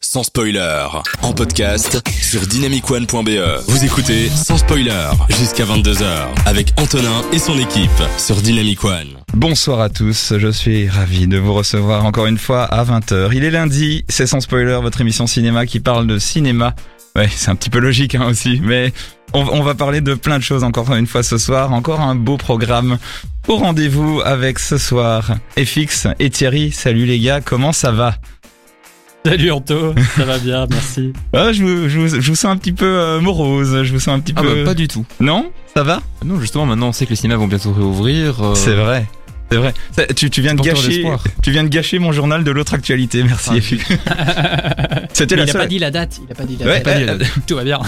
sans spoiler. En podcast sur dynamicone.be. E. Vous écoutez sans spoiler jusqu'à 22h avec Antonin et son équipe sur Dynamic One. Bonsoir à tous, je suis ravi de vous recevoir encore une fois à 20h. Il est lundi, c'est sans spoiler votre émission cinéma qui parle de cinéma. Ouais, c'est un petit peu logique hein, aussi, mais on, on va parler de plein de choses encore une fois ce soir. Encore un beau programme au rendez-vous avec ce soir FX et Thierry. Salut les gars, comment ça va Salut Anto, ça va bien, merci. Ah, je, vous, je, vous, je vous sens un petit peu euh, morose, je vous sens un petit Ah peu... bah pas du tout. Non Ça va Non justement maintenant on sait que les cinémas vont bientôt réouvrir. euh, C'est vrai. C'est vrai. Ça, tu, tu viens de Porteur gâcher, d'espoir. tu viens de gâcher mon journal de l'autre actualité. Merci. Ah, FX. C'était Mais la il a seule. pas dit la date, il a pas dit la Ouais, date. Euh, il a pas dit Tout va bien.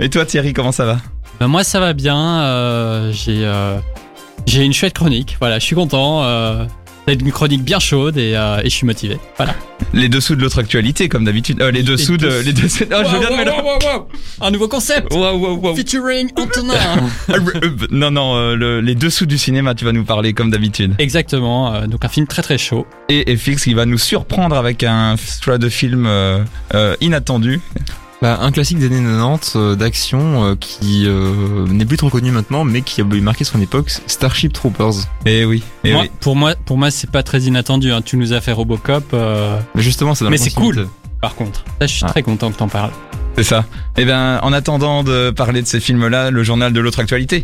Et toi, Thierry, comment ça va Bah, moi ça va bien, euh, j'ai euh, j'ai une chouette chronique, voilà, je suis content. Euh, c'est une chronique bien chaude et, euh, et je suis motivé. Voilà. Les dessous de l'autre actualité, comme d'habitude. Euh, les dessous de, dessous. les dessous. Oh, je Waouh, viens de waouh, me le- waouh, waouh, waouh. Un nouveau concept Waouh, waouh, waouh. featuring Antonin. non, non, euh, le- les dessous du cinéma, tu vas nous parler comme d'habitude. Exactement, euh, donc un film très très chaud. Et FX qui va nous surprendre avec un choix de film euh, euh, inattendu. bah, un classique des années 90 euh, d'action euh, qui euh, n'est plus trop connu maintenant mais qui a marqué son époque, Starship Troopers. Et Eh oui. Et Moi, oui. Pour moi, pour moi c'est pas très inattendu, hein. tu nous as fait Robocop euh, Mais justement c'est dans la Mais c'est continuité. par contre. Là je suis Ah. très content que t'en parles. C'est ça. Eh bien, en attendant de parler de ces films-là, le journal de l'autre actualité.